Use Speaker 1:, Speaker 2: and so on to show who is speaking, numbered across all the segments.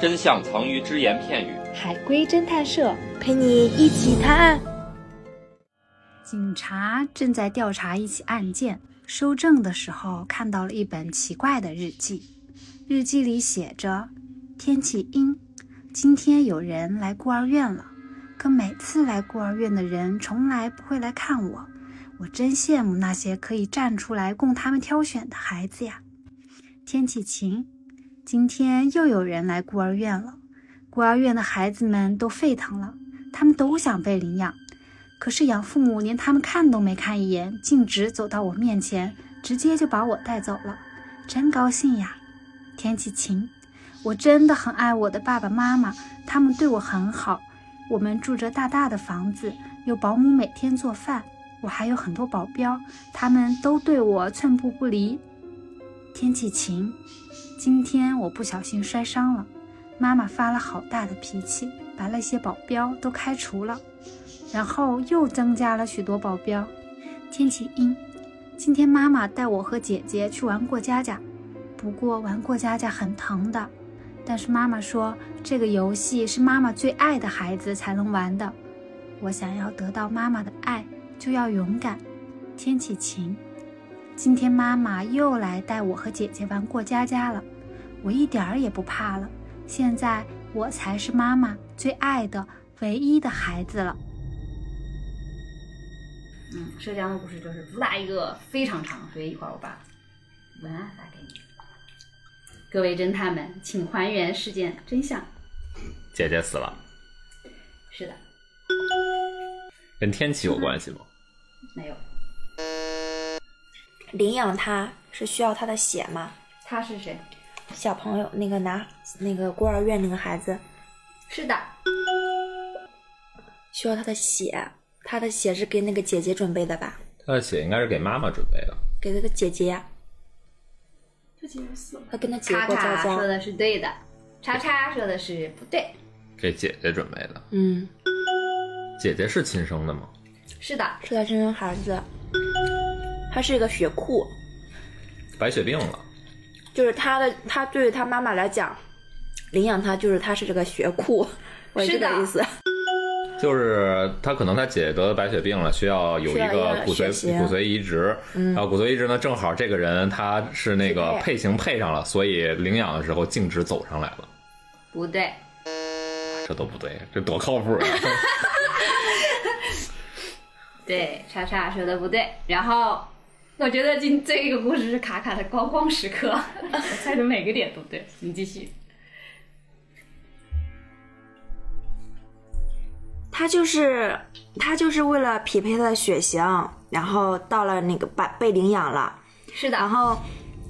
Speaker 1: 真相藏于只言片语。
Speaker 2: 海龟侦探社陪你一起探案。
Speaker 3: 警察正在调查一起案件，收证的时候看到了一本奇怪的日记，日记里写着：“天气阴，今天有人来孤儿院了，可每次来孤儿院的人从来不会来看我，我真羡慕那些可以站出来供他们挑选的孩子呀。”天气晴，今天又有人来孤儿院了。孤儿院的孩子们都沸腾了，他们都想被领养，可是养父母连他们看都没看一眼，径直走到我面前，直接就把我带走了，真高兴呀！天气晴，我真的很爱我的爸爸妈妈，他们对我很好。我们住着大大的房子，有保姆每天做饭，我还有很多保镖，他们都对我寸步不离。天气晴，今天我不小心摔伤了，妈妈发了好大的脾气，把那些保镖都开除了，然后又增加了许多保镖。天气阴，今天妈妈带我和姐姐去玩过家家，不过玩过家家很疼的，但是妈妈说这个游戏是妈妈最爱的孩子才能玩的。我想要得到妈妈的爱，就要勇敢。天气晴。今天妈妈又来带我和姐姐玩过家家了，我一点儿也不怕了。现在我才是妈妈最爱的唯一的孩子了。
Speaker 4: 嗯，浙江的故事就是主打一个非常长，所以一会儿我把文案发给你。各位侦探们，请还原事件真相。
Speaker 5: 姐姐死了，
Speaker 4: 是的，
Speaker 5: 跟天气有关系吗？
Speaker 4: 没有，
Speaker 6: 领养他是需要他的血吗？
Speaker 4: 他是谁？
Speaker 6: 小朋友那个男那个孤儿院那个孩子
Speaker 4: 是的，
Speaker 6: 需要他的血，他的血是给那个姐姐准备的吧？
Speaker 5: 他的血应该是给妈妈准备的。
Speaker 6: 给那个姐姐呀，
Speaker 7: 他姐姐死了，
Speaker 6: 他跟他姐
Speaker 4: 叉
Speaker 6: 过家
Speaker 4: 叉说
Speaker 6: 家，
Speaker 4: 的是对的，叉叉说的是不对。
Speaker 5: 给姐姐准备的。
Speaker 6: 嗯，
Speaker 5: 姐姐是亲生的吗？
Speaker 4: 是的，
Speaker 6: 是他亲生孩子，他是一个血库，
Speaker 5: 白血病了，
Speaker 6: 就是他的，他对他妈妈来讲，领养他就是他是这个血库，我这
Speaker 4: 是的
Speaker 6: 个意思。
Speaker 5: 就是她可能她姐姐得了白血病了，需要有一
Speaker 6: 需要
Speaker 5: 个
Speaker 6: 一个
Speaker 5: 骨髓
Speaker 6: 血型嗯
Speaker 5: 骨髓移植。然后骨髓移植呢，正好这个人他是那个
Speaker 6: 匹配
Speaker 5: 配型配上了，所以领养的时候径直走上来了。
Speaker 4: 不对，
Speaker 5: 这都不对，这多靠谱 啊！
Speaker 4: 对，叉叉说的不对。然后我觉得今这个故事是卡卡的高光时刻， 我猜的每个点都对。你继续，
Speaker 6: 他就是他就是为了匹配他的血型，然后到了那个把被领养了，
Speaker 4: 是的，
Speaker 6: 然后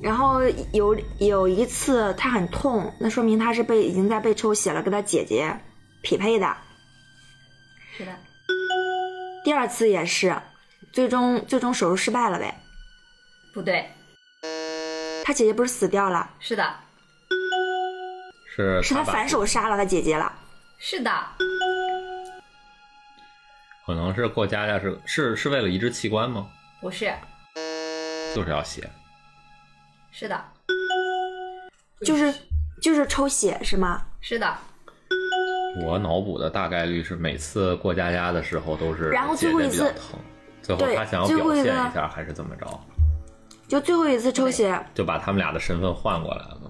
Speaker 6: 然后有有一次他很痛，那说明他是被已经在被抽血了，跟他姐姐匹配的。
Speaker 4: 是的，
Speaker 6: 第二次也是，最终最终手术失败了呗。
Speaker 4: 不对，
Speaker 6: 他姐姐不是死掉了，
Speaker 4: 是的，
Speaker 5: 是
Speaker 6: 是
Speaker 5: 她
Speaker 6: 他
Speaker 5: 把
Speaker 6: 反手杀了他姐姐了。
Speaker 4: 是的，
Speaker 5: 可能是过家家是是是为了移植器官吗？
Speaker 4: 不是，
Speaker 5: 就是要血，
Speaker 4: 是的，
Speaker 6: 就是就是抽血是吗？
Speaker 4: 是的，
Speaker 5: 我脑补的大概率是每次过家家的时候都是
Speaker 6: 然后
Speaker 5: 姐
Speaker 6: 最后
Speaker 5: 姐
Speaker 6: 一
Speaker 5: 比较
Speaker 6: 次
Speaker 5: 疼，最后
Speaker 6: 对
Speaker 5: 她想要
Speaker 6: 最
Speaker 5: 表
Speaker 6: 后一
Speaker 5: 现
Speaker 6: 个
Speaker 5: 一下还是怎么着，
Speaker 6: 就最后一次抽血，
Speaker 5: 就把他们俩的身份换过来了，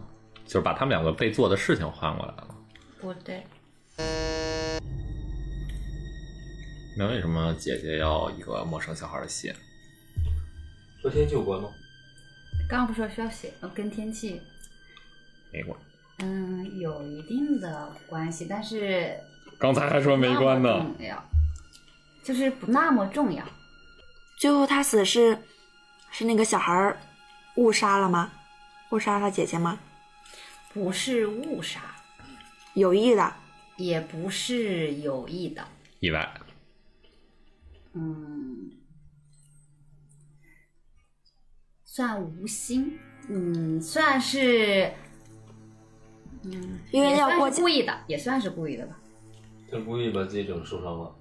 Speaker 5: 就是把他们两个被做的事情换过来了。
Speaker 4: 不对，
Speaker 5: 那为什么姐姐要一个陌生小孩的血？
Speaker 8: 和天气有关吗？
Speaker 4: 刚刚不说需要写，呃跟天气
Speaker 5: 没关，
Speaker 4: 嗯有一定的关系，但是
Speaker 5: 刚才还说没关
Speaker 4: 不那
Speaker 5: 呢
Speaker 4: 么。重要，就是不那么重要。
Speaker 6: 最后他死是是那个小孩儿误杀了吗？误杀他姐姐吗？
Speaker 4: 不是误杀，
Speaker 6: 有意的，
Speaker 4: 也不是有意的，
Speaker 5: 意外，
Speaker 4: 嗯，算无心，嗯，算是，嗯，
Speaker 6: 因为
Speaker 4: 也
Speaker 6: 要
Speaker 4: 算
Speaker 6: 过
Speaker 4: 是
Speaker 6: 节
Speaker 4: 故意的，也算是故意的吧。
Speaker 8: 他故意把自己整受伤了。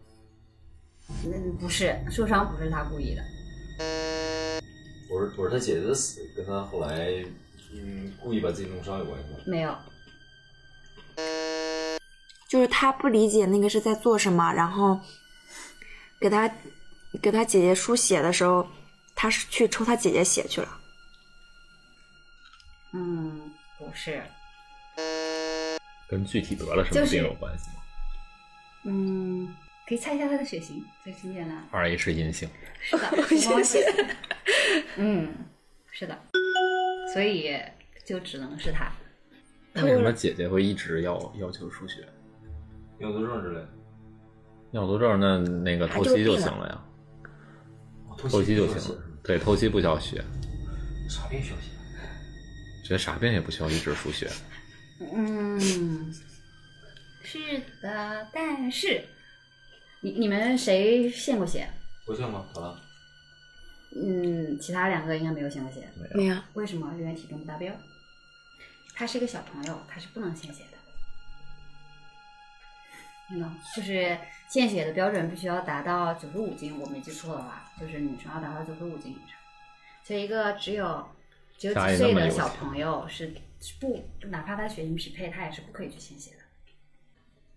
Speaker 4: 嗯，不是受伤，不是他故意的，
Speaker 8: 我是我是他姐姐的死跟他后来嗯故意把自己弄伤有关系吗？
Speaker 4: 没有，
Speaker 6: 就是他不理解那个是在做什么，然后给他给他姐姐输血的时候，他是去抽他姐姐血去了。
Speaker 4: 嗯，不是，
Speaker 5: 跟具体得了什么
Speaker 4: 就是
Speaker 5: 病有关系吗？
Speaker 4: 嗯，可以猜一下他的血型，这个挺简 单。
Speaker 5: 二 A 是阴性，
Speaker 4: 是的，我谢谢。 嗯，是的，所以就只能是他。
Speaker 5: 那为什么姐姐会一直要要求输血？
Speaker 8: 尿毒症之类的。
Speaker 5: 尿毒症那那个透析就行了呀，
Speaker 8: 哦
Speaker 5: 透析就
Speaker 8: 透
Speaker 5: 行
Speaker 8: 析
Speaker 5: 了。对，透析不需要血，
Speaker 8: 啥哎病消息？
Speaker 5: 觉得傻病也不需要一直输血。
Speaker 4: 嗯，是的，但是你你们谁献过血？
Speaker 8: 不信吗？咋了？
Speaker 4: 嗯，其他两个应该没有献过血。
Speaker 6: 没有，
Speaker 4: 为什么？因为体重不达标。他是一个小朋友，他是不能献血的。你呢？就是献血的标准必须要达到九十五斤，我没记错的话，就是女生要达到九十五斤以上。所以一个只有只有
Speaker 5: 家
Speaker 4: 几
Speaker 5: 里
Speaker 4: 岁
Speaker 5: 那么
Speaker 4: 的
Speaker 5: 有
Speaker 4: 小
Speaker 5: 钱
Speaker 4: 朋友是是不，哪怕他血型匹配，他也是不可以去献血的。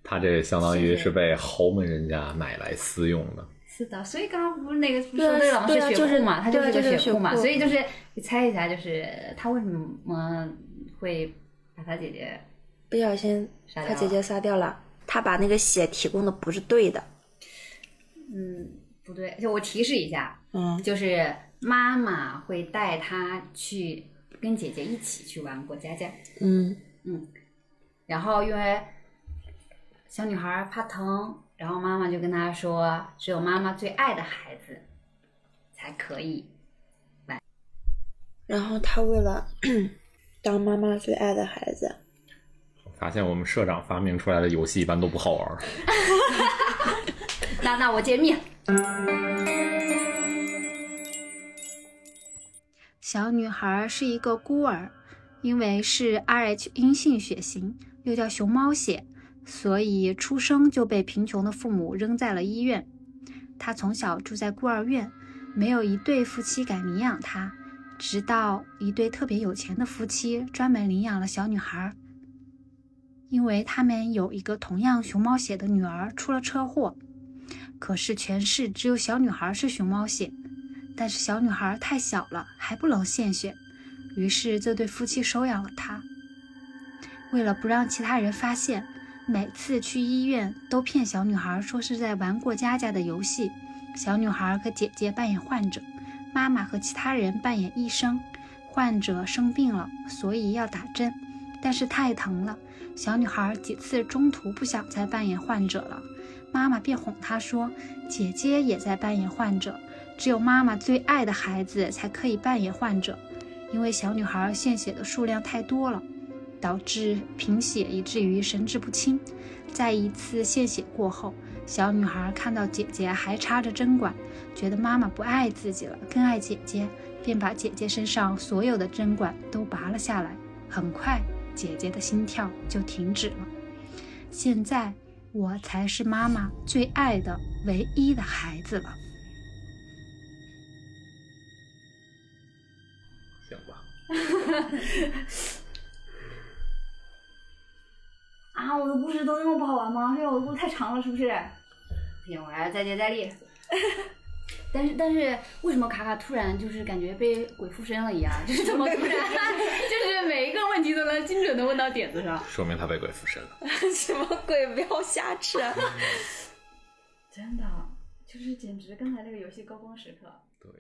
Speaker 5: 他这相当于是被豪门人家买来私用的。
Speaker 4: 是的，所以刚刚不是那个不
Speaker 6: 对啊
Speaker 4: 说对老师
Speaker 6: 对啊
Speaker 4: 学
Speaker 6: 就是
Speaker 4: 库嘛，他
Speaker 6: 对啊
Speaker 4: 是
Speaker 6: 就是
Speaker 4: 个
Speaker 6: 血
Speaker 4: 库嘛，
Speaker 6: 库
Speaker 4: 所以就是你猜一下，就是他为什么会把他姐姐
Speaker 6: 不小心
Speaker 4: 杀掉
Speaker 6: 他
Speaker 4: 了
Speaker 6: 姐姐杀掉了，他把那个血提供的不是对的。
Speaker 4: 嗯，不对，就我提示一下，
Speaker 6: 嗯，
Speaker 4: 就是妈妈会带她去跟姐姐一起去玩过家家，
Speaker 6: 嗯，
Speaker 4: 然后因为小女孩怕疼，然后妈妈就跟她说，只有妈妈最爱的孩子才可以。
Speaker 6: 然后他为了 当妈妈最爱的孩子，
Speaker 5: 发现我们社长发明出来的游戏一般都不好玩儿。
Speaker 4: 那那我揭秘，
Speaker 3: 小女孩是一个孤儿，因为是 Rh 阴性血型，又叫熊猫血，所以出生就被贫穷的父母扔在了医院。她从小住在孤儿院，没有一对夫妻敢领养她，直到一对特别有钱的夫妻专门领养了小女孩。因为他们有一个同样熊猫血的女儿出了车祸，可是全市只有小女孩是熊猫血，但是小女孩太小了，还不能献血，于是这对夫妻收养了她。为了不让其他人发现，每次去医院都骗小女孩说是在玩过家家的游戏，小女孩和姐姐扮演患者，妈妈和其他人扮演医生。患者生病了，所以要打针，但是太疼了，小女孩几次中途不想再扮演患者了。妈妈便哄她说：“姐姐也在扮演患者，只有妈妈最爱的孩子才可以扮演患者，因为小女孩献血的数量太多了，导致贫血，以至于神志不清。在一次献血过后，小女孩看到姐姐还插着针管，觉得妈妈不爱自己了，更爱姐姐，便把姐姐身上所有的针管都拔了下来。很快，姐姐的心跳就停止了。现在，我才是妈妈最爱的唯一的孩子了。
Speaker 5: 行吧，
Speaker 4: 啊，我的故事都那么不好玩吗？是因为我的故事太长了，是不是？不行，我还是再接再厉。 但是但是，为什么卡卡突然就是感觉被鬼附身了一样？就是怎么突然， 就是每一个问题都能精准的问到点子上。
Speaker 5: 说明他被鬼附身了。
Speaker 6: 什么鬼？不要瞎吃、
Speaker 7: 真的，就是简直刚才那个游戏高光时刻。
Speaker 5: 对，